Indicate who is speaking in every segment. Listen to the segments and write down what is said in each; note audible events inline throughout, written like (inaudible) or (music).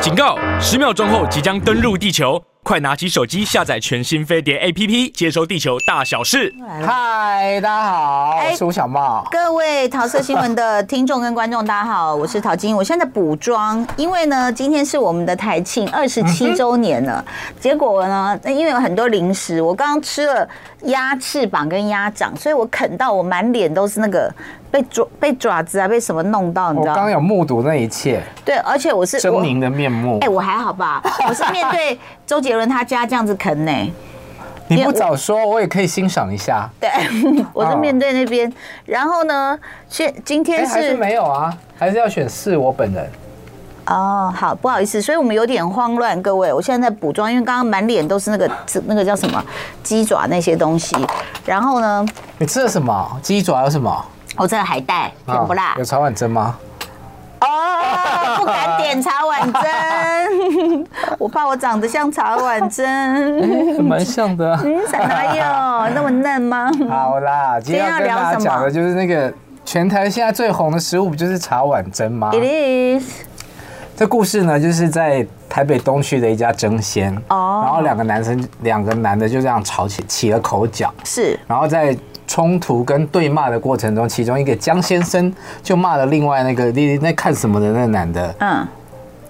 Speaker 1: 警告！十秒钟后即将登陆地球，快拿起手机下载全新飞碟 APP，接收地球大小事。
Speaker 2: 嗨，大家好，
Speaker 3: 哎
Speaker 2: 我是吴小茂。
Speaker 3: 各位桃色新闻的听众跟观众，大家好，我是陶晶莹。我现在补妆，因为呢，今天是我们的台庆二十七周年了。结果呢，那因为有很多零食，我刚刚吃了鸭翅膀跟鸭掌，所以我啃到我满脸都是那个被爪被爪子啊，被什么弄到，你
Speaker 2: 我
Speaker 3: 知道
Speaker 2: 刚
Speaker 3: 吗
Speaker 2: 刚？有目睹那一切
Speaker 3: 对，而且我是
Speaker 2: 狰
Speaker 3: 我
Speaker 2: 狞的面目
Speaker 3: 哎、。我还好吧，我是面对周杰伦他家这样子啃呢、
Speaker 2: 你不早说，我也可以欣赏一下。
Speaker 3: 对，我
Speaker 2: 啊
Speaker 3: 是面对那边。然后呢，现今
Speaker 2: 哎，
Speaker 3: 天
Speaker 2: 还是
Speaker 3: 是
Speaker 2: 没有啊，还是要选是我本人。
Speaker 3: 哦，好，不好意思，所以我们有点慌乱，各位，我现在在补妆，因为刚刚满脸都是那个是那个叫什么鸡爪那些东西。然后呢，
Speaker 2: 你吃了什么？鸡爪有什么？啊
Speaker 3: 我这个海带甜不辣
Speaker 2: 有茶碗蒸吗？
Speaker 3: 哦，不敢点茶碗蒸， (laughs) 我怕我长得像茶碗蒸。
Speaker 2: (laughs) 蛮像的啊。
Speaker 3: 嗯，哪有那么嫩
Speaker 2: (laughs)
Speaker 3: 吗？
Speaker 2: 好啦，今天要跟大家讲的就是那个全台现在最红的食物，不就是茶碗蒸吗？
Speaker 3: It is，
Speaker 2: 这故事呢，就是在台北东区的一家蒸鲜，
Speaker 3: 哦
Speaker 2: 然后两个男生，两个男的就这样吵起，起了口角，
Speaker 3: 是
Speaker 2: 然后在冲突跟对骂的过程中，其中一个江先生就骂了另外那个那那看什么的那个男的，
Speaker 3: 嗯，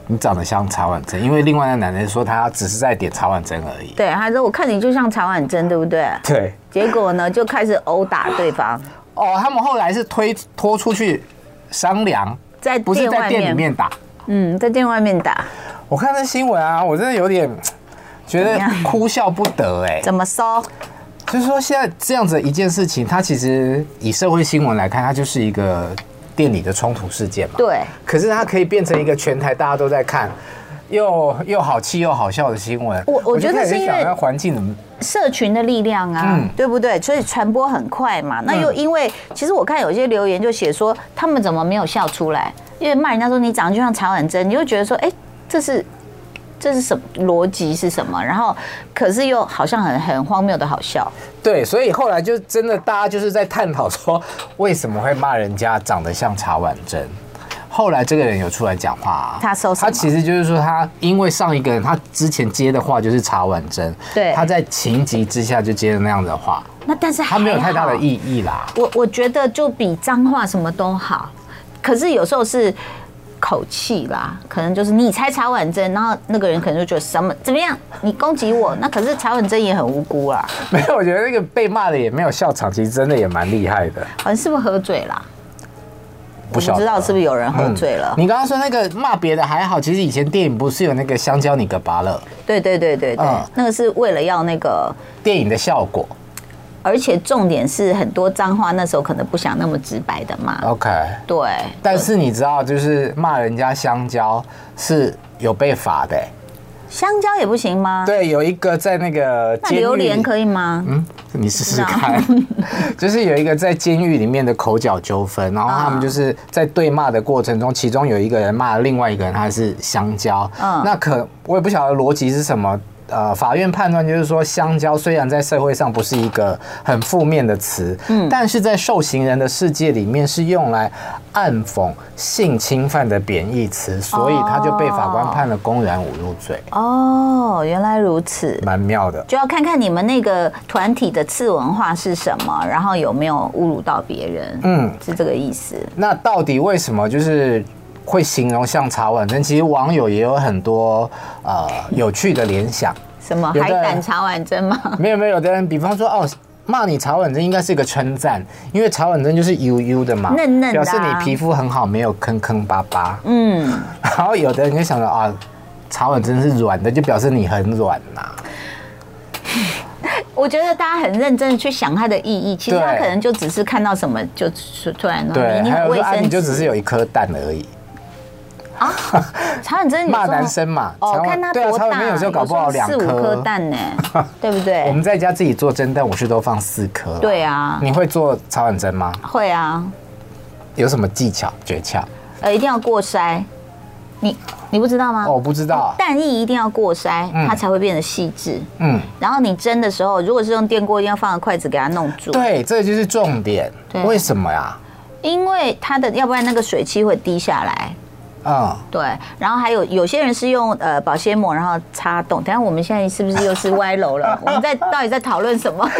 Speaker 2: 你长得像茶碗蒸，因为另外那男的说他只是在点茶碗蒸而已。
Speaker 3: 对，他说我看你就像茶碗蒸，对不对？
Speaker 2: 对，
Speaker 3: 结果呢，就开始殴打对方，
Speaker 2: 哦，他们后来是推拖出去商量，
Speaker 3: 在
Speaker 2: 不是
Speaker 3: 店
Speaker 2: 在
Speaker 3: 外
Speaker 2: 店里
Speaker 3: 面，
Speaker 2: 面打。
Speaker 3: 嗯，在店外面打，
Speaker 2: 我看那新闻啊，我真的有点觉得
Speaker 3: 怎么样
Speaker 2: 哭笑不得哎、
Speaker 3: 怎么搜？
Speaker 2: 就是说，现在这样子一件事情，它其实以社会新闻来看，它就是一个店里的冲突事件嘛。。
Speaker 3: 对，
Speaker 2: 可是它可以变成一个全台大家都在看，又又好气又好笑的新闻。
Speaker 3: 我我觉得
Speaker 2: 就开
Speaker 3: 是
Speaker 2: 始
Speaker 3: 因为
Speaker 2: 想那环境怎么
Speaker 3: 社群的力量啊，
Speaker 2: 嗯
Speaker 3: 对不对？所以传播很快嘛。那又因为，其实我看有些留言就写说，他们怎么没有笑出来？因为骂人家说你长得就像茶碗蒸，你就觉得说，哎，这是这是什么逻辑是什么？然后可是又好像很很荒谬的好笑。
Speaker 2: 对，所以后来就真的大家就是在探讨说，为什么会骂人家长得像茶碗蒸。后来这个人有出来讲话、啊，
Speaker 3: 他说什么
Speaker 2: 他其实就是说他因为上一个人他之前接的话就是茶碗蒸，
Speaker 3: 对
Speaker 2: 他在情急之下就接了那样的话，
Speaker 3: 那但是
Speaker 2: 他没有
Speaker 3: 还
Speaker 2: 太大
Speaker 3: 好
Speaker 2: 的意义啦。 (laughs)
Speaker 3: 我我觉得就比脏话什么都好，可是有时候是口气啦，可能就是你猜茶碗蒸，然后那个人可能就觉得什么怎么样，你攻击我，那可是茶碗蒸也很无辜啊啦，
Speaker 2: 没有，我觉得那个被骂的也没有笑场，其实真的也蛮厉害的。
Speaker 3: 好像是不是喝醉啦？
Speaker 2: 不晓
Speaker 3: 我
Speaker 2: 得嗯
Speaker 3: 不知道是不是有人喝醉了。
Speaker 2: 你刚刚说那个骂别的还好，其实以前电影不是有那个香蕉你个芭乐
Speaker 3: 对对对对对
Speaker 2: 嗯，
Speaker 3: 那个是为了要那个。
Speaker 2: 电影的效果
Speaker 3: 而且重点是很多脏话，那时候可能不想那么直白的骂，
Speaker 2: ，OK。
Speaker 3: 对，
Speaker 2: 但是你知道，就是骂人家香蕉是有被罚的欸、
Speaker 3: 啊香蕉也不行吗？，
Speaker 2: 对，有一个在那个
Speaker 3: 那
Speaker 2: 监狱
Speaker 3: 榴莲可以吗？
Speaker 2: 嗯，你试试看。就是有一个在监狱里面的口角纠纷，然后他们就是在对骂的过程中，其中有一个人骂了另外一个人，他是香蕉。
Speaker 3: 嗯
Speaker 2: 那可我也不晓得逻辑是什么。呃，法院判断就是说，香蕉虽然在社会上不是一个很负面的词，嗯，但是在受刑人的世界里面是用来暗讽性侵犯的贬义词，所以他就被法官判了公然侮辱罪，
Speaker 3: 哦，原来如此。
Speaker 2: 蛮妙的。
Speaker 3: 就要看看你们那个团体的次文化是什么，然后有没有侮辱到别人，
Speaker 2: 嗯
Speaker 3: 嗯，是这个意思。
Speaker 2: 那到底为什么就是会形容像茶碗蒸？其实网友也有很多呃有趣的联想，
Speaker 3: 什么
Speaker 2: 有的
Speaker 3: 海胆茶碗蒸吗？
Speaker 2: 没有没有，有的人比方说哦。骂你茶碗蒸应该是一个称赞，因为茶碗蒸就是油油的嘛，
Speaker 3: 嫩嫩的
Speaker 2: 表
Speaker 3: 啊
Speaker 2: 示你皮肤很好，没有坑坑巴巴。
Speaker 3: 嗯，
Speaker 2: 然后有的人就想着啊，茶碗蒸是软的，就表示你很软呐、
Speaker 3: 啊我觉得大家很认真的去想它的意义，其实
Speaker 2: 对
Speaker 3: 他可能就只是看到什么就突然弄
Speaker 2: 对，
Speaker 3: 你
Speaker 2: 还
Speaker 3: 很
Speaker 2: 有
Speaker 3: 卫
Speaker 2: 说啊，你
Speaker 3: 生
Speaker 2: 就
Speaker 3: 纸
Speaker 2: 只是有一颗蛋而已。
Speaker 3: 啊，茶碗蒸有时
Speaker 2: 骂
Speaker 3: 候
Speaker 2: 男生嘛，
Speaker 3: 哦
Speaker 2: 茶，碗
Speaker 3: 看他
Speaker 2: 对啊，
Speaker 3: 多
Speaker 2: 茶碗
Speaker 3: 大，
Speaker 2: 蒸有时候搞不好两
Speaker 3: 四五颗蛋
Speaker 2: (laughs)
Speaker 3: 呢，对不
Speaker 2: 我
Speaker 3: 对？
Speaker 2: 们在家自己做蒸蛋，我是都放四颗啦。
Speaker 3: 对啊
Speaker 2: 你会做茶碗蒸吗？
Speaker 3: 会啊，
Speaker 2: 有什么技巧诀窍？
Speaker 3: 呃，一定要过筛，你你不知道吗？
Speaker 2: 哦，我不知道。
Speaker 3: 蛋液一定要过筛，
Speaker 2: 嗯
Speaker 3: 它才会变得细致。
Speaker 2: 嗯，
Speaker 3: 然后你蒸的时候，如果是用电锅，一定要放个筷子给它弄住，
Speaker 2: 对，这就是重点。
Speaker 3: 对
Speaker 2: 为什么呀？
Speaker 3: 因为它的要不然那个水汽会滴下来。
Speaker 2: 嗯，
Speaker 3: 对，然后还有有些人是用呃保鲜膜，然后擦洞。等一下我们现在是不是又是歪楼了？我们在到底在讨论什
Speaker 2: (laughs)
Speaker 3: 么？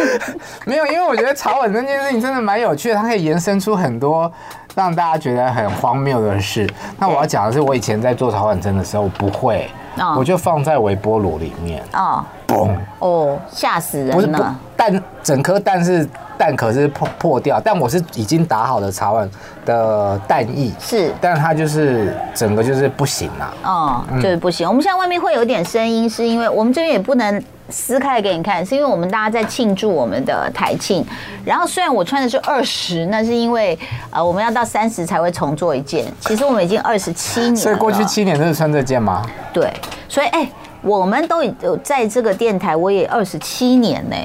Speaker 2: 没有，因为我觉得草本这件事情真的蛮有趣的，它可以延伸出很多让大家觉得很荒谬的事。那我要讲的是，我以前在做草本针的时候不会
Speaker 3: 哦，
Speaker 2: 我就放在微波炉里面，
Speaker 3: 哦
Speaker 2: 嘣，
Speaker 3: 哦，吓死
Speaker 2: 不是
Speaker 3: 人
Speaker 2: 不
Speaker 3: 了！
Speaker 2: 蛋，整颗蛋是蛋壳是破破掉，但我是已经打好的草本的蛋液，
Speaker 3: 是
Speaker 2: 但它就是整个就是不行啊。
Speaker 3: 哦，就是不行。我们现在外面会有点声音，是因为我们这边也不能撕开给你看，是因为我们大家在庆祝我们的台庆。然后虽然我穿的是二十，那是因为呃我们要到三十才会重做一件。其实我们已经二十七年了，
Speaker 2: 所以过去七年都是穿这件吗？
Speaker 3: 对，所以哎、我们都已呃在这个电台，我也二十七年呢、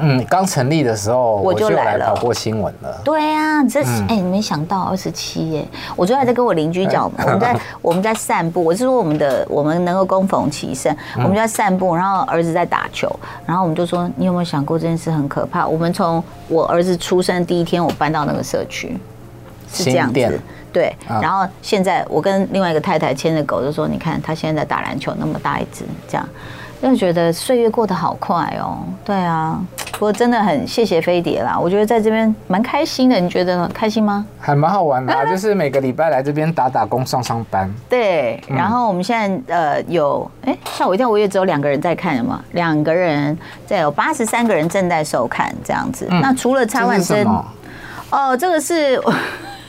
Speaker 2: 嗯，刚成立的时候
Speaker 3: 我
Speaker 2: 我
Speaker 3: 就
Speaker 2: 就
Speaker 3: 来
Speaker 2: 来
Speaker 3: 了
Speaker 2: 跑过新闻了。
Speaker 3: 对啊，这是哎、你没想到二十七耶！我昨天还在跟我邻居讲，我们在 (laughs) 我们在散步，我是说我们的我们能够供逢其盛，我们就在散步，然后儿子在打球，然后我们就说，你有没有想过这件事很可怕？我们从我儿子出生第一天，我搬到那个社区，是这样
Speaker 2: 新店
Speaker 3: 子。对，
Speaker 2: 啊
Speaker 3: 然后现在我跟另外一个太太牵着狗，就说你看它现在在打篮球，那么大一只，这样，就觉得岁月过得好快哦。对啊，不过真的很谢谢飞碟啦，我觉得在这边蛮开心的，你觉得呢？开心吗？
Speaker 2: 还蛮好玩的、啊，就是每个礼拜来这边打打工、上上班。
Speaker 3: 对，
Speaker 2: 嗯
Speaker 3: 然后我们现在呃有，哎，吓我一跳，我也只有两个人在看嘛，两个人，再有八十三个人正在收看这样子。那除了
Speaker 2: 嗯这
Speaker 3: 插万
Speaker 2: 是什
Speaker 3: 针，
Speaker 2: 么？
Speaker 3: 哦，这个是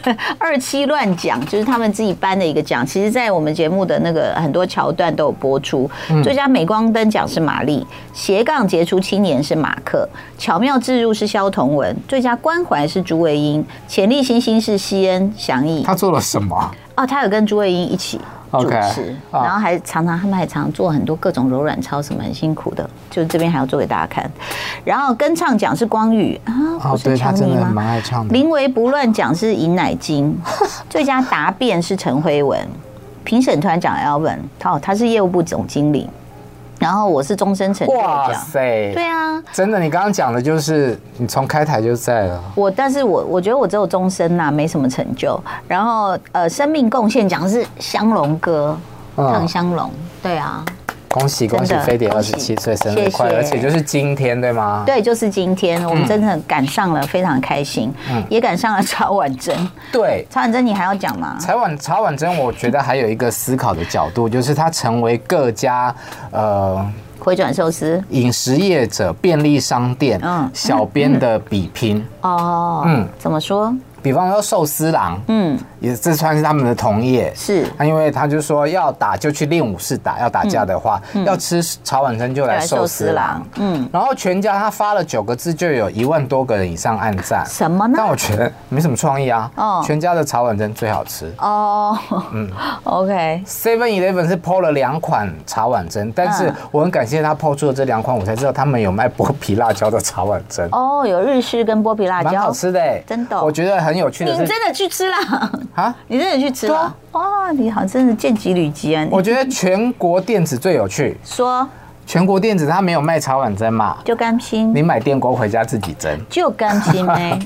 Speaker 3: (laughs) 二期乱讲，就是他们自己颁的一个奖。其实，在我们节目的那个很多桥段都有播出。
Speaker 2: 嗯
Speaker 3: 最佳镁光灯奖是玛丽，斜杠杰出青年是马克，巧妙置入是萧同文，最佳关怀是朱卫英，潜力新星是西恩祥义。
Speaker 2: 他做了什么？
Speaker 3: 哦，他有跟朱卫英一起主
Speaker 2: OK，
Speaker 3: 持，
Speaker 2: 啊
Speaker 3: 然后还常常他们还常做很多各种柔软操，什么很辛苦的，就是这边还要做给大家看。然后跟唱奖是光宇啊，不
Speaker 2: 哦，
Speaker 3: 是
Speaker 2: 对他
Speaker 3: 强
Speaker 2: 真
Speaker 3: 尼
Speaker 2: 的
Speaker 3: 吗？
Speaker 2: 蛮爱唱的。
Speaker 3: 临危不乱奖是尹乃金， (laughs) 最佳答辩是陈辉文，评审团长 Elvin，哦，他是业务部总经理，然后我是终身成就
Speaker 2: 哇
Speaker 3: 奖，
Speaker 2: 塞！
Speaker 3: 对啊，
Speaker 2: 真的，你刚刚讲的就是你从开台就在了。
Speaker 3: 我但是我我觉得我只有终身呐、没什么成就，然后呃，生命贡献奖是香龙哥，
Speaker 2: 嗯
Speaker 3: 唐香龙，对啊，
Speaker 2: 恭喜恭喜
Speaker 3: 真的
Speaker 2: 飞碟
Speaker 3: 恭
Speaker 2: 二
Speaker 3: 喜
Speaker 2: 十七岁生日快乐，
Speaker 3: 谢谢
Speaker 2: 而且就是今天对吗？
Speaker 3: 对，就是今
Speaker 2: 嗯
Speaker 3: 天我们真的赶上了，非常开心，也赶上了曹婉珍，
Speaker 2: 对。
Speaker 3: 曹婉珍你还要讲吗？
Speaker 2: 曹婉曹婉珍，我觉得还有一个思考的角度，就是她成为各家呃
Speaker 3: 回转寿司
Speaker 2: 饮食业者、便利商店、
Speaker 3: 嗯
Speaker 2: 小编的比拼。
Speaker 3: 哦，嗯
Speaker 2: 嗯，
Speaker 3: 怎么说？
Speaker 2: 比方说寿司郎，
Speaker 3: 嗯，
Speaker 2: 也这算是他们的同业。
Speaker 3: 是
Speaker 2: 那因为他就说要打就去练武士打，要打架的话，要吃炒碗蒸就来寿司郎。
Speaker 3: 嗯，
Speaker 2: 然后全家他发了九个字，就有一万多个人以上按赞。
Speaker 3: 什么呢
Speaker 2: 但？我觉得没什么创意啊。
Speaker 3: 哦
Speaker 2: 全家的炒碗蒸最好吃。
Speaker 3: 哦，嗯，OK， (laughs)
Speaker 2: Seven Eleven 是 PO 了两款茶碗蒸，但是
Speaker 3: 嗯
Speaker 2: 我很感谢他 PO 出了这两款，我才知道他们有卖剥皮辣椒的茶碗蒸，
Speaker 3: 哦，有日式跟剥皮辣
Speaker 2: 蛮
Speaker 3: 椒
Speaker 2: 好，吃的欸
Speaker 3: 啊真的哦
Speaker 2: 我觉得很有趣的
Speaker 3: 你
Speaker 2: 是
Speaker 3: 真的去吃啦？
Speaker 2: 啊，
Speaker 3: (laughs) 你真的去吃了？哇，你好，真的见及履及啊！你
Speaker 2: 我觉得全国电子最有趣。
Speaker 3: 说
Speaker 2: 全国电子它没有卖茶碗蒸嘛，
Speaker 3: 就甘心
Speaker 2: 你，买电锅回家自己蒸。
Speaker 3: 就甘
Speaker 2: (laughs)
Speaker 3: 心哎，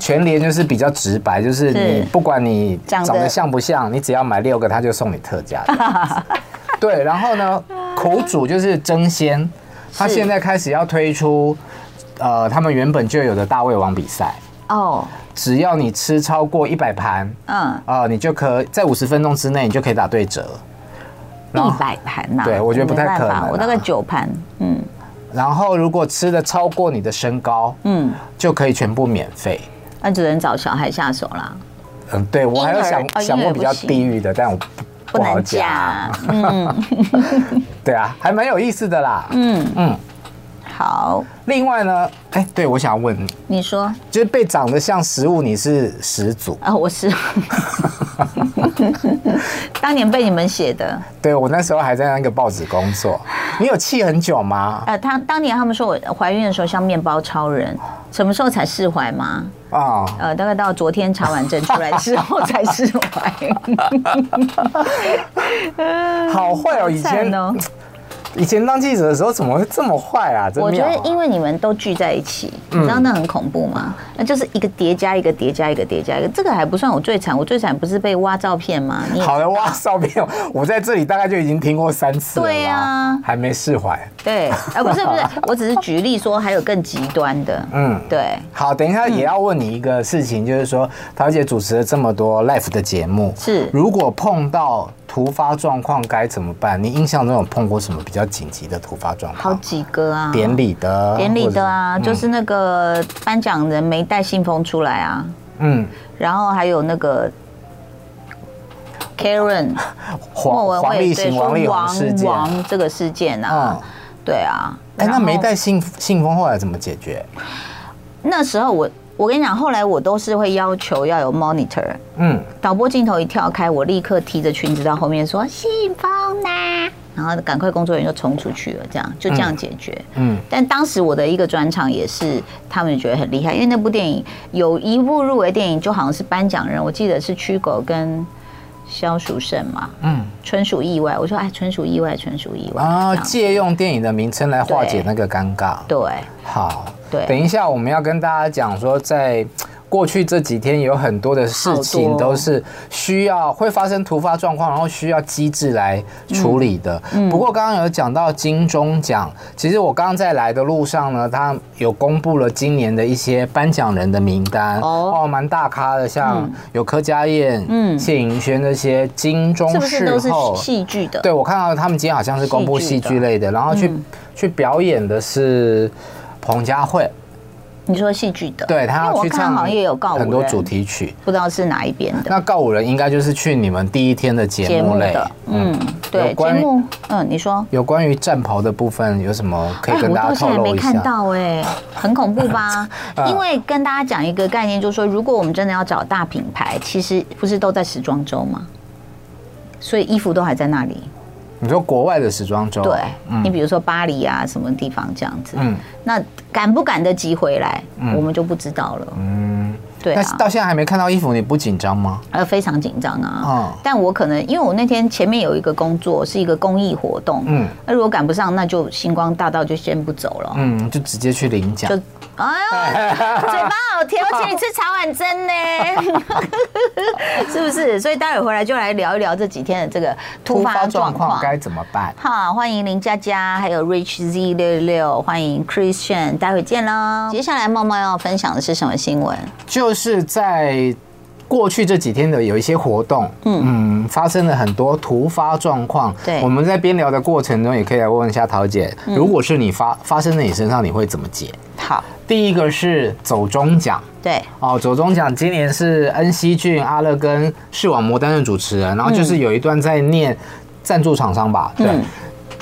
Speaker 2: 全联就是比较直白，就是你
Speaker 3: 是
Speaker 2: 不管你
Speaker 3: 长
Speaker 2: 长
Speaker 3: 得
Speaker 2: 得像不像，你只要买六个，他就送你特价。这样
Speaker 3: (laughs)
Speaker 2: 子对，然后呢，苦主就是争鲜，他
Speaker 3: 是
Speaker 2: 现在开始要推出，呃，他们原本就有的大胃王比赛，
Speaker 3: 哦，
Speaker 2: 只要你吃超过一百盘，
Speaker 3: 嗯，
Speaker 2: 啊、你就可在五十分钟之内，你就可以打对折。然
Speaker 3: 一
Speaker 2: 后
Speaker 3: 百盘呐，
Speaker 2: 对我觉得不太
Speaker 3: 没办
Speaker 2: 可能
Speaker 3: 法
Speaker 2: 啊
Speaker 3: 我大概九盘，嗯
Speaker 2: 然后如果吃的超过你的身高，
Speaker 3: 嗯，
Speaker 2: 就可以全部免费。
Speaker 3: 那只能找小孩下手啦，
Speaker 2: 嗯，对我还
Speaker 3: 婴
Speaker 2: 有
Speaker 3: 儿
Speaker 2: 想、
Speaker 3: 哦
Speaker 2: 想
Speaker 3: 婴儿
Speaker 2: 过
Speaker 3: 不
Speaker 2: 比较
Speaker 3: 行
Speaker 2: 地狱的，但我不
Speaker 3: 不
Speaker 2: 不好
Speaker 3: 能
Speaker 2: 讲。
Speaker 3: 加，嗯
Speaker 2: 对啊，还蛮有意思的啦。
Speaker 3: 嗯，
Speaker 2: 嗯，
Speaker 3: 好，
Speaker 2: 另外呢，哎，对我想问你，
Speaker 3: 你说
Speaker 2: 就是被长得像食物，你是始祖？
Speaker 3: 啊，我
Speaker 2: (laughs)
Speaker 3: 是当年被你们写的。
Speaker 2: 对我那时候还在那个报纸工作，你有气很久吗？
Speaker 3: 呃，他当年他们说我怀孕的时候像面包超人，什么时候才释怀吗？
Speaker 2: 啊、
Speaker 3: 呃，大概到昨天查完证出来之后才释
Speaker 2: (laughs)
Speaker 3: 怀。嗯
Speaker 2: 好坏哦，以前
Speaker 3: 呢，
Speaker 2: 以前当记者的时候怎么会这么坏啊？真
Speaker 3: 我觉
Speaker 2: 妙啊
Speaker 3: 得因为你们都聚在一起，你知
Speaker 2: 嗯
Speaker 3: 道那很恐怖吗？那就是一个叠加一个叠加一个叠加一个，这个还不算我最惨，我最惨不是被挖照片吗？你也
Speaker 2: 好了，哇，照片，我在这里大概就已经听过三次了吧，
Speaker 3: 对啊
Speaker 2: 还没释怀。
Speaker 3: 对，啊不是不是，我只是举例说还有更极端的，
Speaker 2: 嗯
Speaker 3: 嗯，对，
Speaker 2: 好，等一下也要问你一个事情，就是说，桃姐主持了这么多 l i f e 的节目，
Speaker 3: 是
Speaker 2: 如果碰到突发状况该怎么办？你印象中有碰过什么比较紧急的突发状
Speaker 3: 好
Speaker 2: 况？
Speaker 3: 几个啊，
Speaker 2: 典礼的，
Speaker 3: 典礼的啊，
Speaker 2: 或者
Speaker 3: 就是那个颁奖人没带信封出来啊，
Speaker 2: 嗯，
Speaker 3: 然后还有那个 Karen 莫
Speaker 2: 黄
Speaker 3: 文
Speaker 2: 黄
Speaker 3: 蔚
Speaker 2: 立
Speaker 3: 对
Speaker 2: 行、
Speaker 3: 说
Speaker 2: 王力宏事件，
Speaker 3: 王这个事件啊，
Speaker 2: 嗯
Speaker 3: 对啊，
Speaker 2: 哎，
Speaker 3: 然
Speaker 2: 那
Speaker 3: 后
Speaker 2: 没带信信封后来怎么解决？
Speaker 3: 那时候我我跟你讲，后来我都是会要求要有 monitor，
Speaker 2: 嗯，
Speaker 3: 导播镜头一跳开，我立刻提着裙子到后面说信封呢，然后赶快工作人员就冲出去了，这样就这样解决。
Speaker 2: 嗯
Speaker 3: 嗯，但当时我的一个专场也是他们觉得很厉害，因为那部电影有一部入围电影，就好像是颁奖人，我记得是驱狗跟。萧淑慎嘛，嗯，纯属意外。我说，哎，纯属意外，纯属意外。
Speaker 2: 然
Speaker 3: 这
Speaker 2: 后
Speaker 3: 样
Speaker 2: 啊借用电影的名称来化解那个尴尬。
Speaker 3: 对，
Speaker 2: 好，
Speaker 3: 对
Speaker 2: 等一下我们要跟大家讲说，在过去这几天有很多的事情
Speaker 3: 好多
Speaker 2: 都是需要会发生突发状况，然后需要机制来处理的。
Speaker 3: 嗯
Speaker 2: 不过刚刚有讲到金钟奖，其实我刚刚在来的路上呢，他有公布了今年的一些颁奖人的名单，
Speaker 3: 哦
Speaker 2: 哦，蛮大咖的，像有柯佳燕、嗯、
Speaker 3: 嗯
Speaker 2: 谢盈萱这些金钟
Speaker 3: 是不是
Speaker 2: 视
Speaker 3: 都是
Speaker 2: 后。
Speaker 3: 戏剧的？
Speaker 2: 对，我看到他们今天好像是公布戏
Speaker 3: 戏剧的嗯
Speaker 2: 剧类的，然后去、去表演的是彭佳慧，
Speaker 3: 你说戏剧的？
Speaker 2: 对他
Speaker 3: 因为
Speaker 2: 要
Speaker 3: 我
Speaker 2: 去
Speaker 3: 看
Speaker 2: 唱
Speaker 3: 好像也有告五
Speaker 2: 很多
Speaker 3: 人
Speaker 2: 主，题曲。
Speaker 3: 不知道是哪一边的。
Speaker 2: 那告五人应该就是去你们第一天的节
Speaker 3: 节
Speaker 2: 目
Speaker 3: 目
Speaker 2: 类，
Speaker 3: 的，嗯，
Speaker 2: 有
Speaker 3: 对，节
Speaker 2: 关于
Speaker 3: 目，嗯，你说，
Speaker 2: 有关于战袍的部分有什么可以跟
Speaker 3: 哎我
Speaker 2: 大
Speaker 3: 到
Speaker 2: 家
Speaker 3: 现
Speaker 2: 透
Speaker 3: 在还
Speaker 2: 露
Speaker 3: 没
Speaker 2: 一
Speaker 3: 看
Speaker 2: 下？嗯
Speaker 3: 到哎、很恐怖
Speaker 2: (laughs)
Speaker 3: 吧？因为跟大家讲一个概念，就是说，如果我们真的要找大品牌，其实不是都在时装周吗？所以衣服都还在那里。
Speaker 2: 你说国外的时装周，
Speaker 3: 对，你比如说巴黎啊，什么地方这样子，
Speaker 2: 哦嗯
Speaker 3: 那赶不赶得及回来，我们就不知道了。嗯，对
Speaker 2: 那
Speaker 3: 啊。
Speaker 2: 到现在还没看到衣服，你不紧张吗？
Speaker 3: 呃，非常紧张啊
Speaker 2: 嗯。
Speaker 3: 但我可能因为我那天前面有一个工作是一个公益活动，
Speaker 2: 嗯
Speaker 3: 嗯，那如果赶不上，那就星光大道就先不走了。
Speaker 2: 嗯，就直接去领奖
Speaker 3: 就。 (laughs) 哎呦，嘴巴好甜，我请你吃茶碗蒸呢， (laughs) 是不是？所以待会儿回来就来聊一聊这几天的这个突发状况。
Speaker 2: 该怎么办？
Speaker 3: 好，欢迎林佳佳，还有 Rich Z 六六，欢迎 Christian，待会见喽。接下来茂茂要分享的是什么新闻？
Speaker 2: 就是在过去这几天的有一些活动，嗯发生了很多突发状况。
Speaker 3: 对嗯
Speaker 2: 我们在边聊的过程中，也可以来问一下桃姐，如果是你发发生在你身上，你会怎么解？
Speaker 3: 好，
Speaker 2: 第一个是走中奖。
Speaker 3: 对，
Speaker 2: 哦，左中奖今年是恩熙俊、阿乐跟视网膜担任主持人，然后就是有一段在念赞助厂商吧，对。
Speaker 3: 嗯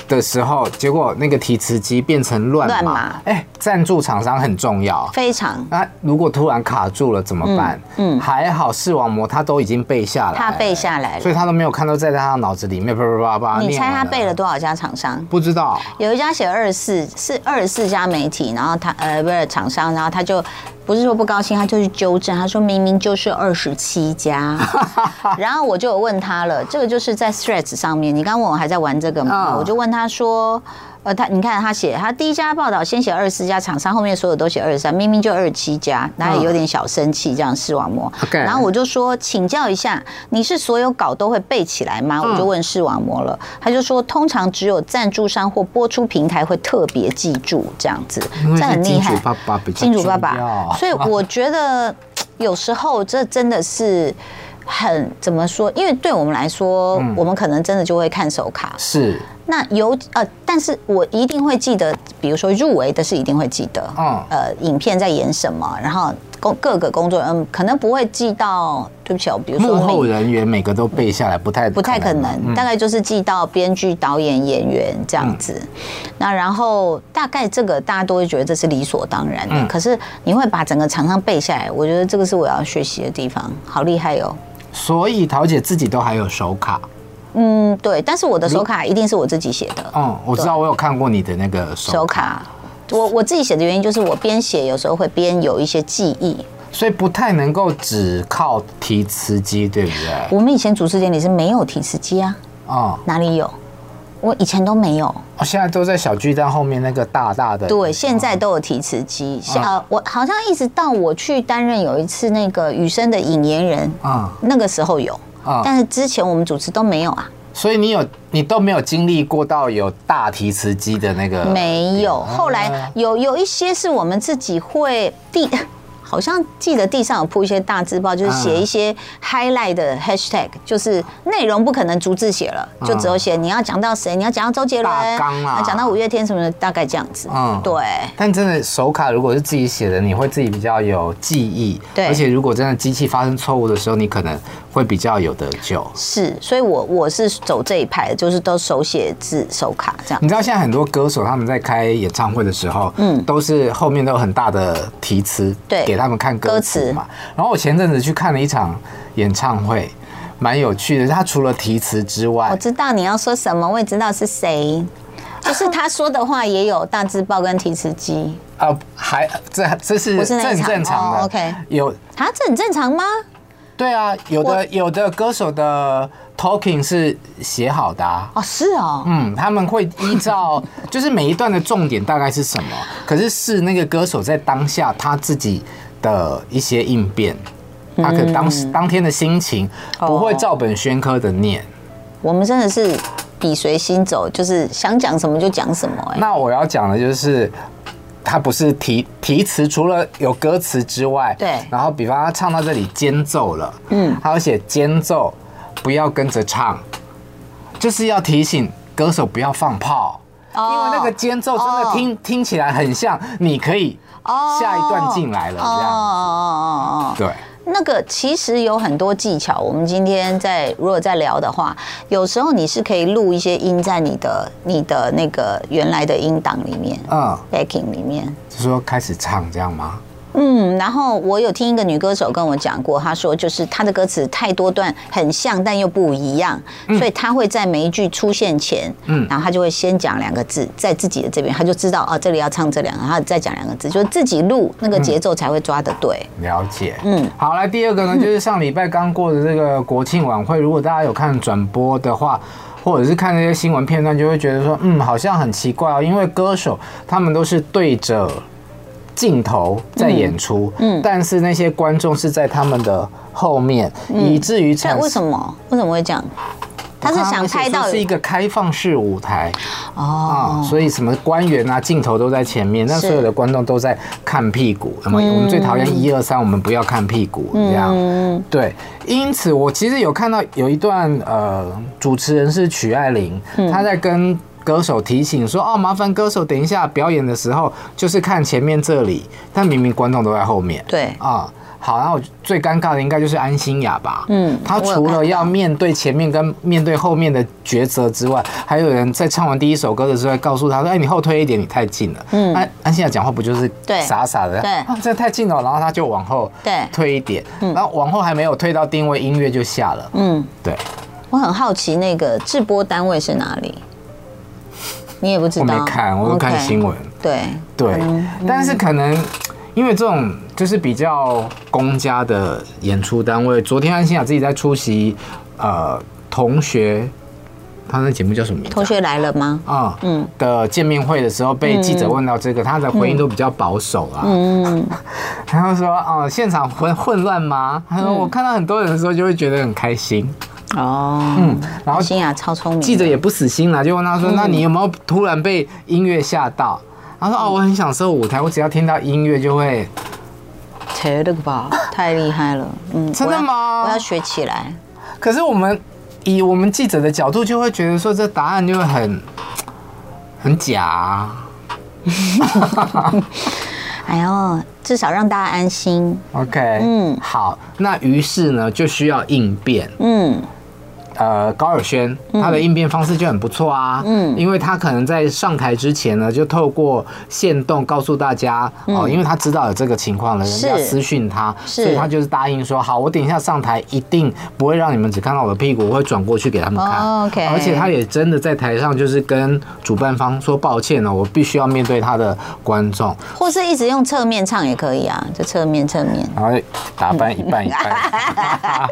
Speaker 2: 的时候，结果那个提词机变成乱
Speaker 3: 乱
Speaker 2: 码
Speaker 3: 码，
Speaker 2: 哎，赞助厂商很重要，
Speaker 3: 非常
Speaker 2: 那如果突然卡住了怎么办？嗯，
Speaker 3: 嗯
Speaker 2: 还好视网膜他都已经背下来了，
Speaker 3: 他背下来
Speaker 2: 所
Speaker 3: 了。
Speaker 2: 以他都没有看到在他脑子里面叭叭叭叭。
Speaker 3: 你猜他背了
Speaker 2: 多？
Speaker 3: 多少家厂商？
Speaker 2: 不知道，
Speaker 3: 有一家写二十四，是二十四家媒体，然后他呃不是厂商，然后他就不是说不高兴，他就去纠正，他说明明就是二十七家，
Speaker 2: (laughs)
Speaker 3: 然后我就有问他了，这个就是在 Threads 上面，你刚问我还在玩这个吗？
Speaker 2: 嗯
Speaker 3: 我就问他说。呃，他你看他写他第一家报道先写二十四家厂商，后面所有都写二十三，明明就二十七家，然后也有点小生气这样视网膜。
Speaker 2: 嗯 OK
Speaker 3: 然后我就说请教一下，你是所有稿都会背起来吗？我就
Speaker 2: 嗯
Speaker 3: 问视网膜了，他就说通常只有赞助商或播出平台会特别记住这样子
Speaker 2: 因为，
Speaker 3: 这很
Speaker 2: 是
Speaker 3: 厉
Speaker 2: 金主
Speaker 3: 害。
Speaker 2: 爸爸比较
Speaker 3: 金主爸
Speaker 2: 重要
Speaker 3: 爸，所以我觉得有时候这真的是很怎么说？因为对我们来说，
Speaker 2: 嗯
Speaker 3: 我们可能真的就会看手卡。
Speaker 2: 是，
Speaker 3: 那有呃，但是我一定会记得，比如说入围的是一定会记得，
Speaker 2: 嗯
Speaker 3: 呃，影片在演什么，然后工各个工作人员可能不会记到，对不起哦，比如说
Speaker 2: 幕后
Speaker 3: 你
Speaker 2: 人员每个都背下来，不太
Speaker 3: 不太可能，
Speaker 2: 嗯
Speaker 3: 大概就是记到编剧、导演、演员这样子。
Speaker 2: 嗯
Speaker 3: 那然后大概这个大家都会觉得这是理所当然
Speaker 2: 嗯
Speaker 3: 的，可是你会把整个厂商背下来，我觉得这个是我要学习的地方，好厉害哦。
Speaker 2: 所以桃姐自己都还有手卡，
Speaker 3: 嗯，对，但是我的手卡一定是我自己写的，
Speaker 2: 嗯，我知道，我有看过你的那个手
Speaker 3: 手
Speaker 2: 卡，
Speaker 3: 卡。我我自己写的原因就是我边写有时候会边有一些记忆。
Speaker 2: 所以不太能够只靠提词机，对不对？
Speaker 3: 我们以前主持典礼是没有提示机啊，
Speaker 2: 嗯，
Speaker 3: 哪里有？我以前都没有。
Speaker 2: 哦，现在都在小巨蛋后面那个大大的。
Speaker 3: 对，现在都有提词
Speaker 2: 哦
Speaker 3: 机。像、呃我好像一直到我去担任有一次那个雨生的引言人，
Speaker 2: 啊、
Speaker 3: 那个时候有，
Speaker 2: 啊、
Speaker 3: 但是之前我们主持都没有啊，
Speaker 2: 所以你有你都没有经历过到有大提词机的那个？
Speaker 3: 没有。
Speaker 2: 啊
Speaker 3: 后来有有一些是我们自己会地， (laughs) 好像记得地上有铺一些大字报，
Speaker 2: 嗯
Speaker 3: 就是写一些 highlight 的 hashtag，就是内容不可能逐字写了，就只有写你要讲到谁，你要讲到周杰伦，
Speaker 2: 嗯大纲啊
Speaker 3: 要讲到五月天什么的，大概这样子。
Speaker 2: 嗯
Speaker 3: 对。
Speaker 2: 但真的手卡如果是自己写的，你会自己比较有记忆。
Speaker 3: 对
Speaker 2: 而且如果真的机器发生错误的时候，你可能会比较有得救。
Speaker 3: 是，所以我我是走这一派的，就是都手写字、手卡这样
Speaker 2: 你。知道现在很多歌手他们在开演唱会的时候，嗯，都是后面都有很大的题词，
Speaker 3: 对
Speaker 2: 给他们看歌词嘛。然后我前阵子去看了一场演唱会，蛮有趣的。他除了题词之
Speaker 3: 我
Speaker 2: 外，
Speaker 3: 知道你要说什么，我也知道是 (laughs) 谁，就是他说的话也有大字报跟提词机
Speaker 2: 啊，还这这是
Speaker 3: 不是那
Speaker 2: 正
Speaker 3: 一场
Speaker 2: 正常的、
Speaker 3: 哦，OK
Speaker 2: 有
Speaker 3: 啊，这很正常吗？
Speaker 2: 对啊，有的有的歌手的 talking 是写好的、啊。
Speaker 3: 哦，是哦，
Speaker 2: 嗯，他们会依照 (laughs) 就是每一段的重点大概是什么，可是是那个歌手在当下他自己的一些应变，他可能当时当天的心情不会照本宣科的念。
Speaker 3: 我们真的是比随心走，就是想讲什么就讲什么、哎，
Speaker 2: 那我要讲的就是。他不是提提词，除了有歌词之外，
Speaker 3: 对
Speaker 2: 然后比方他唱到这里间奏了，嗯，他要写间奏，不要跟着唱，就是要提醒歌手不要放炮，
Speaker 3: 哦
Speaker 2: 因为那个间奏真的听、听起来很像，你可以
Speaker 3: 哦
Speaker 2: 下一段进来了
Speaker 3: 哦
Speaker 2: 这样。
Speaker 3: 哦哦哦哦，
Speaker 2: 对，
Speaker 3: 那个其实有很多技巧。我们今天在如果在聊的话，有时候你是可以录一些音在你的你的那个原来的音档里面
Speaker 2: 嗯，
Speaker 3: ，backing 里面。
Speaker 2: 就说开始唱这样吗？
Speaker 3: 嗯，然后我有听一个女歌手跟我讲过，她说就是她的歌词太多段很像，但又不一样，
Speaker 2: 嗯
Speaker 3: 所以她会在每一句出现前，嗯，然后她就会先讲两个字，在自己的这边，她就知道啊这里要唱这两个，然后再讲两个字，就是自己录那个节奏才会抓得对。
Speaker 2: 了解，嗯，好，来第二个呢，就是上礼拜刚过的这个国庆晚会，如果大家有看转播的话，或者是看那些新闻片段，就会觉得说，嗯，好像很奇怪哦，因为歌手他们都是对着镜头在演出，嗯，但是那些观众是在他们的后面，以至于
Speaker 3: 这
Speaker 2: 产
Speaker 3: 嗯为什么为什么会这样？他是想拍到
Speaker 2: 是一个开放式舞台啊、
Speaker 3: 哦，
Speaker 2: 所以什么官员啊、镜头都在前面，那
Speaker 3: 是嗯
Speaker 2: 所有的观众都在看屁股。那么我们最讨厌一二三，我们不要看屁股这样。
Speaker 3: 嗯
Speaker 2: 对，因此我其实有看到有一段呃，主持人是曲爱玲，
Speaker 3: 嗯
Speaker 2: 她在跟。歌手提醒说：“哦，麻烦歌手等一下表演的时候，就是看前面这里，但明明观众都在后面。”
Speaker 3: 对，
Speaker 2: 啊、好，然后最尴尬的应该就是安心雅吧。
Speaker 3: 嗯
Speaker 2: 他
Speaker 3: 我有
Speaker 2: 除
Speaker 3: 看到
Speaker 2: 了要面对前面跟面对后面的抉择之外，还有人在唱完第一首歌的时候告诉他说：“哎，你后退一点，你太近了。”嗯，安安心雅讲话不就是
Speaker 3: 对
Speaker 2: 傻傻的，
Speaker 3: 对
Speaker 2: 啊，这太近了，然后他就往后
Speaker 3: 对
Speaker 2: 退一点，然后往后还没有退到定位，音乐就下了。
Speaker 3: 嗯，
Speaker 2: 对，
Speaker 3: 我很好奇那个制播单位是哪里，你也不知
Speaker 2: 我
Speaker 3: 道？
Speaker 2: 没看，我有看
Speaker 3: OK 嗯
Speaker 2: 新闻。
Speaker 3: 对，
Speaker 2: 对，但是可能因为这种就是比较公家的演出单位，昨天安心雅啊自己在出席呃同学，他那节目叫什么名字
Speaker 3: 同
Speaker 2: 啊？
Speaker 3: 学来了吗？
Speaker 2: 啊，嗯的见面会的时候，被记者问到这个，他的回应都比较保守啊。嗯， (laughs) 然后说哦、现场混混乱吗？他说我看到很多人的时候，就会觉得很开心。
Speaker 3: 哦，
Speaker 2: 嗯，然后
Speaker 3: 心雅超聪明的，
Speaker 2: 记者也不死心啦，就问他说：“那你有没有突然被音乐吓到？”他说：“哦，我很享受舞台，我只要听到音乐就会。
Speaker 3: 切了个吧，太厉害了，嗯，
Speaker 2: 真的
Speaker 3: 我要
Speaker 2: 吗
Speaker 3: 我要学起来，”
Speaker 2: 可是我们以我们记者的角度，就会觉得说这答案就会很很假啊、
Speaker 3: 哎呦，至少让大家安心，
Speaker 2: OK，
Speaker 3: 嗯
Speaker 2: 嗯，好，那于是呢就需要应变。
Speaker 3: 嗯，
Speaker 2: 呃，高尔宣他的应变方式就很不错啊，嗯，因为他可能在上台之前呢，就透过线动告诉大家、哦，因为他知道有这个情况了，人
Speaker 3: 嗯是
Speaker 2: 家私讯他，
Speaker 3: 是
Speaker 2: 所以他就是答应说，好，我等一下上台一定不会让你们只看到我的屁股，我会转过去给他们看、
Speaker 3: 哦，OK
Speaker 2: 而且他也真的在台上就是跟主办方说抱歉哦了、我必须要面对他的观众，
Speaker 3: 或是一直用侧面唱也可以啊，就侧面侧面，
Speaker 2: 然后打扮一半一半，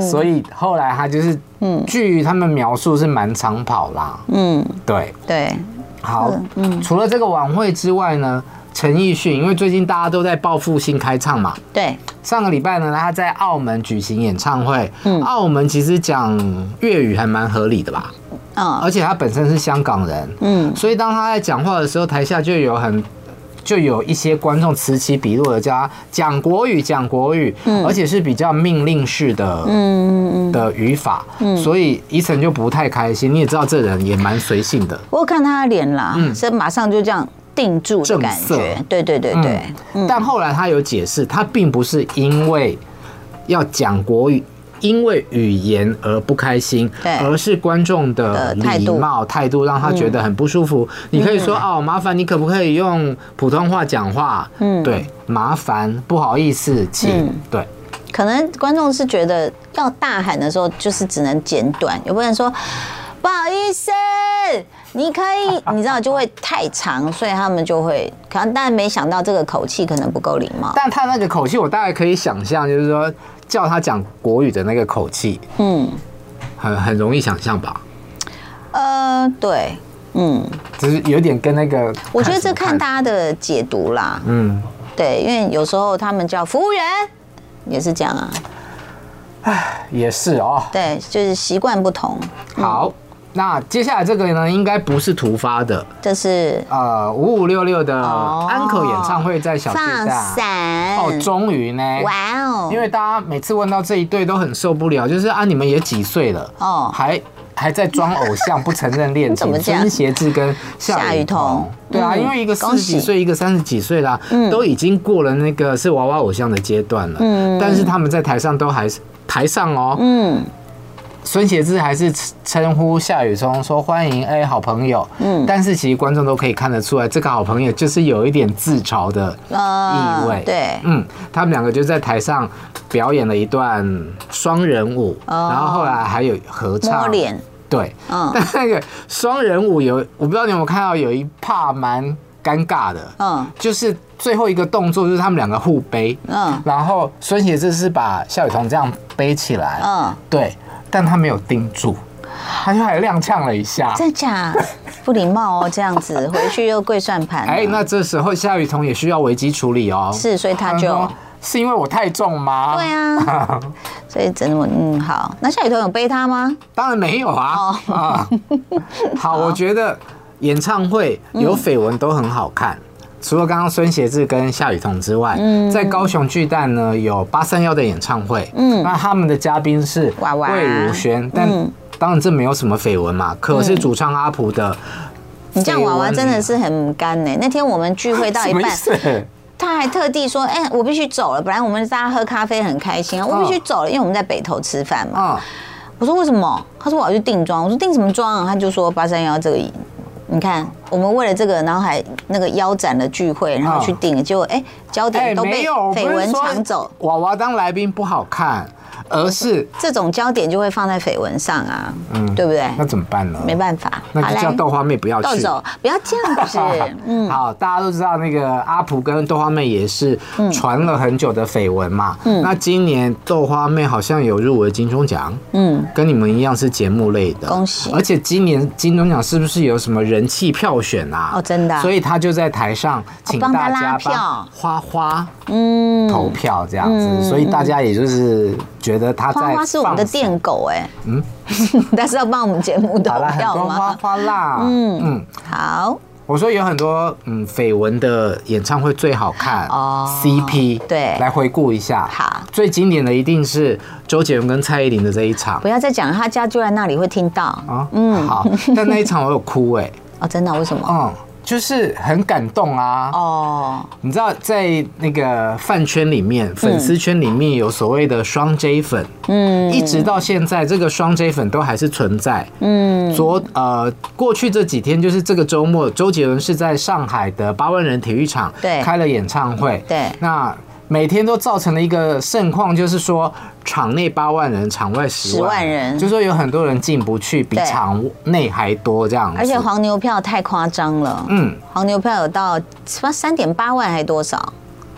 Speaker 2: 所以后来他就是实，嗯，据他们描述是蛮长跑啦。
Speaker 3: 嗯，
Speaker 2: 对，
Speaker 3: 对，
Speaker 2: 好，嗯，除了这个晚会之外呢，陈奕迅，因为最近大家都在报复性开唱嘛，
Speaker 3: 对，
Speaker 2: 上个礼拜呢，他在澳门举行演唱会。嗯，澳门其实讲粤语还蛮合理的吧，
Speaker 3: 嗯，
Speaker 2: 而且他本身是香港人，
Speaker 3: 嗯，
Speaker 2: 所以当他在讲话的时候，台下就有很。就有一些观众此起彼落的叫他讲国语，讲国语，而且是比较命令式的，嗯的语法，所以伊诚就不太开心。你也知道，这人也蛮随性的，
Speaker 3: 我有看他的脸啦，所以马上就这样定住的感
Speaker 2: 嗯
Speaker 3: 觉
Speaker 2: 正色。嗯
Speaker 3: 对对对嗯对，
Speaker 2: 但后来他有解释，他并不是因为要讲国语。因为语言而不开心
Speaker 3: 对，
Speaker 2: 而是观众
Speaker 3: 的
Speaker 2: 的
Speaker 3: 态
Speaker 2: 礼
Speaker 3: 度嗯
Speaker 2: 貌态度让他觉得很不舒服。你可以说、哦，麻烦你可不可以用普通话讲话？嗯，对，麻烦，不好意思，请，
Speaker 3: 嗯
Speaker 2: 对，
Speaker 3: 可能观众是觉得要大喊的时候，就是只能简短，有不能说不好意思，你可以，你知道就会太长，所以他们就会可能，但没想到这个口气可能不够礼
Speaker 2: (laughs)
Speaker 3: 貌。
Speaker 2: 但他那个口气，我大概可以想象，就是说叫他讲国语的那个口气，
Speaker 3: 嗯，
Speaker 2: 很很容易想象吧。
Speaker 3: 呃，对，嗯，
Speaker 2: 只是有点跟那个，
Speaker 3: 我觉得这
Speaker 2: 什么
Speaker 3: 看大，家的解读啦。
Speaker 2: 嗯，
Speaker 3: 对，因为有时候他们叫服务员也是这样啊。
Speaker 2: 也是哦。
Speaker 3: 对，就是习惯不同，
Speaker 2: 好，那接下来这个呢，应该不是突发的。
Speaker 3: 这是
Speaker 2: 呃，五五六六的
Speaker 3: 哦
Speaker 2: 安可演唱会在小巨
Speaker 3: 放
Speaker 2: 蛋
Speaker 3: 闪
Speaker 2: 哦，终于呢，
Speaker 3: 哇哦，
Speaker 2: 因为大家每次问到这一对都很受不了，就是啊，你们也几岁了
Speaker 3: 哦
Speaker 2: 还还在装偶像，不承认恋
Speaker 3: 你 (laughs) 怎
Speaker 2: 情
Speaker 3: 么，这样
Speaker 2: 孙协志跟夏
Speaker 3: 夏
Speaker 2: 雨
Speaker 3: 雨
Speaker 2: 桐
Speaker 3: 桐，
Speaker 2: 对啊，
Speaker 3: 嗯
Speaker 2: 因为一个四
Speaker 3: 恭
Speaker 2: 十
Speaker 3: 喜嗯
Speaker 2: 几岁，一个三十几岁啦，都已经过了那个是娃娃偶像的阶段了，嗯，但是他们在台上都还是台上哦，
Speaker 3: 嗯
Speaker 2: 孙协志还是称呼夏雨松说欢迎哎、好朋友，嗯，但是其实观众都可以看得出来，这个好朋友就是有一点自嘲的
Speaker 3: 呃
Speaker 2: 意味，
Speaker 3: 对，
Speaker 2: 嗯，他们两个就在台上表演了一段双人舞，
Speaker 3: 哦
Speaker 2: 然后后来还有合唱，
Speaker 3: 摸脸，
Speaker 2: 对，
Speaker 3: 嗯
Speaker 2: 但那个双人舞有，我不知道你有没有看到有一帕蛮尴尬的，
Speaker 3: 嗯
Speaker 2: 就是最后一个动作就是他们两个互背，
Speaker 3: 嗯
Speaker 2: 然后孙协志是把夏雨桐这样背起来，
Speaker 3: 嗯，
Speaker 2: 对，但他没有盯住，他就还踉跄了一下。
Speaker 3: 真假不礼貌
Speaker 2: (laughs)
Speaker 3: 哦，这样子回去又跪算盘了，
Speaker 2: 哎，那这时候夏雨桐也需要危机处理哦。
Speaker 3: 是，所以他就
Speaker 2: 说是因为我太重吗？
Speaker 3: 对
Speaker 2: (laughs)
Speaker 3: 啊，所以真的嗯好，那夏雨桐有背他吗？
Speaker 2: 当然没有啊。
Speaker 3: 哦 (laughs)
Speaker 2: 啊，好，我觉得演唱会有绯闻都很好看。
Speaker 3: 嗯
Speaker 2: 除了刚刚孙协志跟夏雨桐之外，在高雄巨蛋呢有八三幺的演唱会，嗯，那他们的嘉宾是
Speaker 3: 娃娃嗯
Speaker 2: 魏如萱，但当然这没有什么绯闻嘛。可是主唱阿普的，
Speaker 3: 你这样娃娃真的是很干呢。那天我们聚会到
Speaker 2: (laughs) 什
Speaker 3: 一
Speaker 2: 么意
Speaker 3: 半，
Speaker 2: 思？
Speaker 3: 他还特地说：“哎、我必须走了。”本来我们大家喝咖啡很开心啊，我必
Speaker 2: 嗯
Speaker 3: 须走了，因为我们在北投吃饭嘛。
Speaker 2: 啊，
Speaker 3: 我说为什么？他说我要去定妆。我说定什么妆啊？他就说八三幺这个，你看我们为了这个，然后还那个腰斩了聚会，然后去定了，结果哎、焦点都
Speaker 2: 啊没
Speaker 3: 被
Speaker 2: 有，我不
Speaker 3: 绯
Speaker 2: 是
Speaker 3: 闻
Speaker 2: 说
Speaker 3: 抢走。
Speaker 2: 娃娃当来宾不好看，而是
Speaker 3: 这种焦点就会放在绯闻上啊，对不对？
Speaker 2: 嗯那怎么办呢？
Speaker 3: 没办法，
Speaker 2: 那就叫豆花妹不要
Speaker 3: 豆
Speaker 2: 去。。
Speaker 3: 手，不要这样子
Speaker 2: (laughs)
Speaker 3: 嗯，
Speaker 2: 好，大家都知道那个阿普跟豆花妹也是
Speaker 3: 嗯
Speaker 2: 传了很久的绯闻嘛。那今年豆花妹好像有入围金钟奖，嗯，跟你们一样是节目类的，
Speaker 3: 恭喜
Speaker 2: 而且今年金钟奖是不是有什么人气票选啊？
Speaker 3: 哦真的啊哦
Speaker 2: 所以她就在台上请
Speaker 3: 帮她
Speaker 2: 大家
Speaker 3: 拉
Speaker 2: 帮
Speaker 3: 票
Speaker 2: 花花嗯投票这样子，所以大家也就是觉得她在
Speaker 3: 嗯花花是我们的
Speaker 2: 放
Speaker 3: 电狗哎、嗯， (laughs) 但是要帮我们节目投
Speaker 2: 好啦，很
Speaker 3: 票
Speaker 2: 多花
Speaker 3: 吗？
Speaker 2: 花啦，嗯嗯。
Speaker 3: 好，
Speaker 2: 我说有很多嗯绯闻的演唱会最好看
Speaker 3: 哦
Speaker 2: CP
Speaker 3: 对
Speaker 2: 来回顾一下。
Speaker 3: 好
Speaker 2: 最经典的一定是周杰伦跟蔡依林的这一场
Speaker 3: 不要再讲了，他家就在那里，会听到
Speaker 2: 啊，嗯，好，但那一场我有哭哎、
Speaker 3: 哦。真的啊？为什么？
Speaker 2: 嗯，就是很感动啊。
Speaker 3: 哦，
Speaker 2: 你知道在那个饭圈里面、粉丝圈里面有所谓的双 J 粉，嗯，一直到现在，这个双 J 粉都还是存在，嗯，昨呃过去这几天就是这个周末，周杰伦是在上海的八万人体育场
Speaker 3: 对
Speaker 2: 开了演唱会，
Speaker 3: 对
Speaker 2: 那。每天都造成了一个盛况，就是说场内八万人，场外十
Speaker 3: 10万人
Speaker 2: 就说有很多人进不去，比
Speaker 3: 对
Speaker 2: 场内还多这样子。
Speaker 3: 而且黄牛票太夸张了，
Speaker 2: 嗯，
Speaker 3: 黄牛票有到三点八万还多少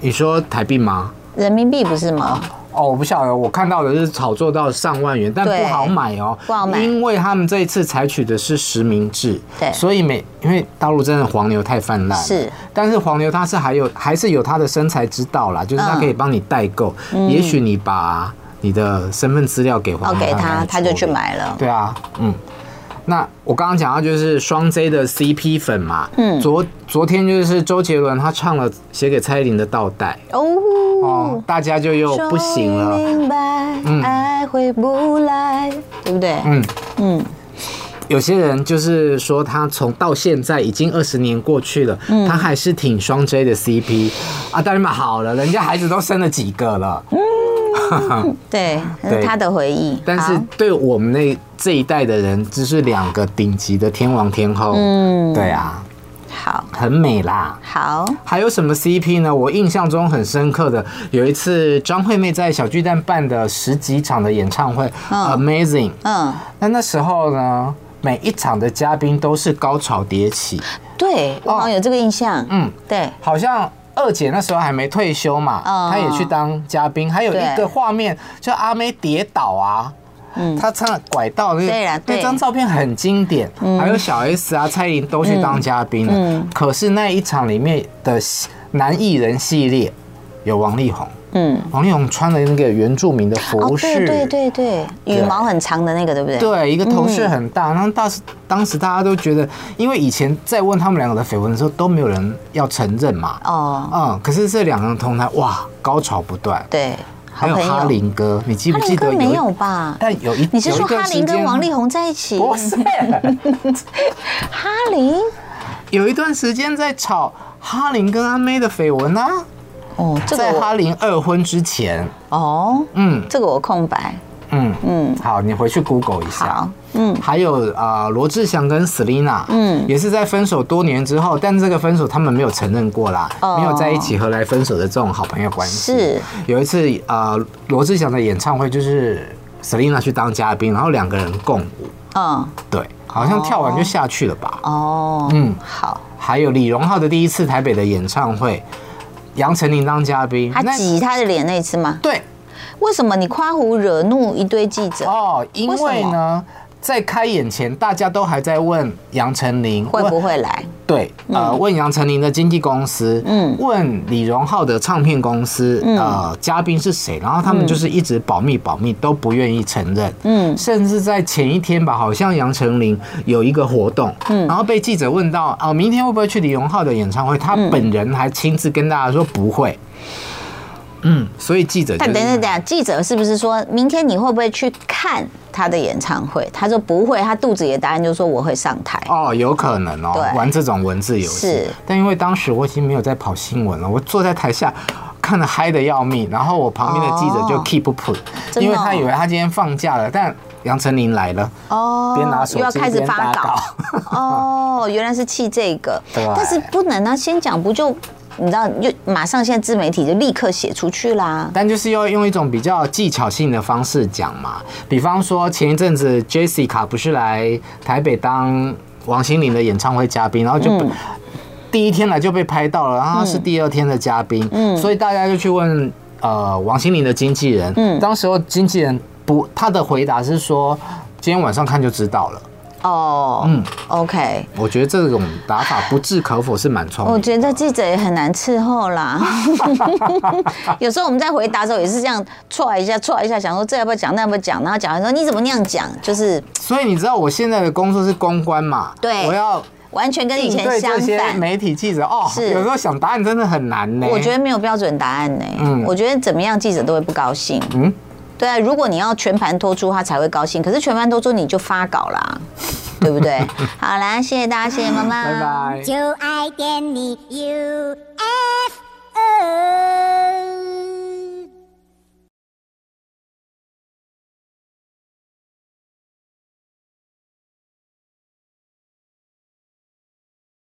Speaker 2: 你说台币吗？
Speaker 3: 人民币不是吗？
Speaker 2: 哦，我不晓得，我看到的是炒作到上万元，但
Speaker 3: 对
Speaker 2: 不好买哦，
Speaker 3: 不好买
Speaker 2: 因为他们这一次采取的是实名制，
Speaker 3: 对
Speaker 2: 所以每因为大陆真的黄牛太泛滥了，
Speaker 3: 是，
Speaker 2: 但是黄牛它是还有还是有它的生财之道啦，就是它
Speaker 3: 嗯
Speaker 2: 可以帮你代购，也许你把你的身份资料给黄
Speaker 3: 哦，
Speaker 2: 牛，
Speaker 3: 给他
Speaker 2: 帮你
Speaker 3: 他就
Speaker 2: 处
Speaker 3: 去
Speaker 2: 理
Speaker 3: 买了。
Speaker 2: 对啊，嗯。那我刚刚讲到就是双 J 的 CP 粉嘛，嗯，昨昨天就是周杰伦他唱了写给蔡依林的《倒带》，哦
Speaker 3: 哦，，
Speaker 2: 大家就又不行
Speaker 3: 终于
Speaker 2: 了，
Speaker 3: 明白，爱回不来，对不对？
Speaker 2: 嗯
Speaker 3: 嗯，
Speaker 2: 有些人就是说他从到现在已经二十年过去了，他还是挺双 J 的 CP 啊，当然嘛好了，人家孩子都生了几个了，
Speaker 3: 对，那
Speaker 2: 对
Speaker 3: 是他的回忆。
Speaker 2: 但是
Speaker 3: 好
Speaker 2: 对我们那这一代的人，只是两个顶级的天王天后，嗯，对啊，
Speaker 3: 好
Speaker 2: 很美啦。
Speaker 3: 好，
Speaker 2: 还有什么 CP 呢？我印象中很深刻的有一次张惠妹在小巨蛋办的十几场的演唱会、a m a z i n g
Speaker 3: 嗯，
Speaker 2: 那那时候呢，每一场的嘉宾都是高潮迭起，
Speaker 3: 对，我好像有这个印象。
Speaker 2: 哦嗯
Speaker 3: 嗯，对，
Speaker 2: 好像。二姐那时候还没退休嘛，
Speaker 3: 嗯
Speaker 2: 她也去当嘉宾。还有一个
Speaker 3: 对
Speaker 2: 画面，就阿妹跌倒啊，她唱拐道那个
Speaker 3: 嗯对啦对嗯
Speaker 2: 那张照片很经典。还有小 S 啊、蔡依林都去当嘉宾了。可是那一场里面的男艺人系列有王力宏，
Speaker 3: 嗯，
Speaker 2: 王力宏穿了那个原住民的
Speaker 3: 哦
Speaker 2: 服，
Speaker 3: 对
Speaker 2: 饰，
Speaker 3: 对对对，羽毛很长的那个，对不对？
Speaker 2: 对，一个头饰
Speaker 3: 嗯
Speaker 2: 很大，然后当时当时大家都觉得，因为以前在问他们两个的绯闻的时候，都没有人要承认嘛。
Speaker 3: 哦，
Speaker 2: 嗯，可是这两个人同台，哇，高潮不断。
Speaker 3: 对，好
Speaker 2: 还有
Speaker 3: 朋
Speaker 2: 哈
Speaker 3: 友。
Speaker 2: 林哥，你记
Speaker 3: 哈
Speaker 2: 不记
Speaker 3: 林
Speaker 2: 得
Speaker 3: 哥
Speaker 2: 有一？
Speaker 3: 没有吧？
Speaker 2: 但有一
Speaker 3: 你是
Speaker 2: 有一
Speaker 3: 说
Speaker 2: 段
Speaker 3: 哈
Speaker 2: 时
Speaker 3: 林跟
Speaker 2: 间
Speaker 3: 王力宏在一起？
Speaker 2: 不是，
Speaker 3: 哈林，
Speaker 2: 有一段时间在吵哈林跟阿妹的绯闻啊，
Speaker 3: 哦，这个
Speaker 2: 在哈
Speaker 3: 我
Speaker 2: 林二婚之前，
Speaker 3: 哦，
Speaker 2: 嗯
Speaker 3: 这个我空白。
Speaker 2: 嗯嗯，好，你回去 Google 一下
Speaker 3: 好。，嗯，
Speaker 2: 还有啊，呃罗、志祥跟 Selina，嗯
Speaker 3: 嗯，
Speaker 2: 也是在分手多年之后，但这个分手他们没有承认过啦，
Speaker 3: 哦
Speaker 2: 没有在一起和来分手的这种好朋友关系。
Speaker 3: 是
Speaker 2: (laughs) 有一次啊，呃罗、志祥的演唱会就是 Selina 去当嘉宾，然后两个人共舞，
Speaker 3: 嗯，
Speaker 2: 对，好像跳完就下去了吧。
Speaker 3: 哦，
Speaker 2: 嗯
Speaker 3: 嗯，好，
Speaker 2: 还有李荣浩的第一次台北的演唱会，杨丞琳当嘉宾，
Speaker 3: 他
Speaker 2: 那
Speaker 3: 挤他的脸那一次吗？
Speaker 2: 对
Speaker 3: 为什么你夸胡惹怒一堆记者？
Speaker 2: 哦，因
Speaker 3: 为什
Speaker 2: 为
Speaker 3: 么
Speaker 2: 呢。在开演前，大家都还在问杨丞琳
Speaker 3: 会
Speaker 2: 问
Speaker 3: 不会来？
Speaker 2: 对，呃，问杨丞琳的经纪公司，嗯
Speaker 3: 嗯，
Speaker 2: 问李荣浩的唱片公司，呃，嘉宾是谁？然后他们就是一直保密保密，都不愿意承认，嗯，甚至在前一天吧，好像杨丞琳有一个活动，嗯，然后被记者问到，哦，明天会不会去李荣浩的演唱会？他
Speaker 3: 嗯
Speaker 2: 本人还亲自跟大家说不会，嗯，所以记者就
Speaker 3: 但
Speaker 2: 是
Speaker 3: 等等等一下，记者是不是说明天你会不会去看他的演唱会？他说不会，他肚子里的答案就说我会上台。
Speaker 2: 哦，有可能哦，
Speaker 3: 对
Speaker 2: 玩这种文字游戏
Speaker 3: 是。
Speaker 2: 但因为当时我已经没有在跑新闻了，我坐在台下看得嗨得要命，然后我旁边的记者就
Speaker 3: 哦
Speaker 2: keep 不 u
Speaker 3: 真的哦
Speaker 2: 因为他以为他今天放假了，但杨丞琳来了，
Speaker 3: 哦
Speaker 2: 边拿手
Speaker 3: 又要
Speaker 2: 机
Speaker 3: 开始
Speaker 2: 边
Speaker 3: 发
Speaker 2: 打
Speaker 3: 稿。 (laughs) 哦，原来是气这个，
Speaker 2: 对
Speaker 3: 但是不能啊，先讲不就你知道，就马上现在自媒体就立刻写出去啦。
Speaker 2: 但就是要用一种比较技巧性的方式讲嘛。比方说前一阵子 Jessica 不是来台北当王心凌的演唱会嘉宾，然后就。
Speaker 3: 嗯
Speaker 2: 第一天来就被拍到了，然后她是第二天的嘉宾，
Speaker 3: 嗯
Speaker 2: 所以大家就去问呃王心凌的经纪人，
Speaker 3: 嗯
Speaker 2: 当时候经纪人不他的回答是说今天晚上看就知道了。
Speaker 3: 哦，
Speaker 2: 嗯
Speaker 3: 嗯，OK，
Speaker 2: 我觉得这种打法不置可否，是蛮聪
Speaker 3: 我
Speaker 2: 明的。
Speaker 3: 觉得记者也很难伺候啦。 (laughs) 有时候我们在回答的时候也是这样错一下错一下，想说这要不要讲，那要不要讲，然后讲完说你怎么那样讲，就是
Speaker 2: 所以你知道我现在的工作是公关嘛？
Speaker 3: 对
Speaker 2: 我要
Speaker 3: 完全跟以
Speaker 2: 应
Speaker 3: 前
Speaker 2: 对
Speaker 3: 相
Speaker 2: 这些
Speaker 3: 反。
Speaker 2: 媒体记者哦，
Speaker 3: 是
Speaker 2: 有时候想答案真的很难呢。
Speaker 3: 我觉得没有标准答案呢、
Speaker 2: 嗯
Speaker 3: 我觉得怎么样记者都会不高兴。
Speaker 2: 嗯
Speaker 3: 嗯，对啊，如果你要全盘托出，他才会高兴。可是全盘托出你就发稿啦，
Speaker 2: (laughs)
Speaker 3: 对不对？好啦，谢谢大家，谢谢妈妈，
Speaker 2: 拜拜。
Speaker 4: 就爱点你 UFO。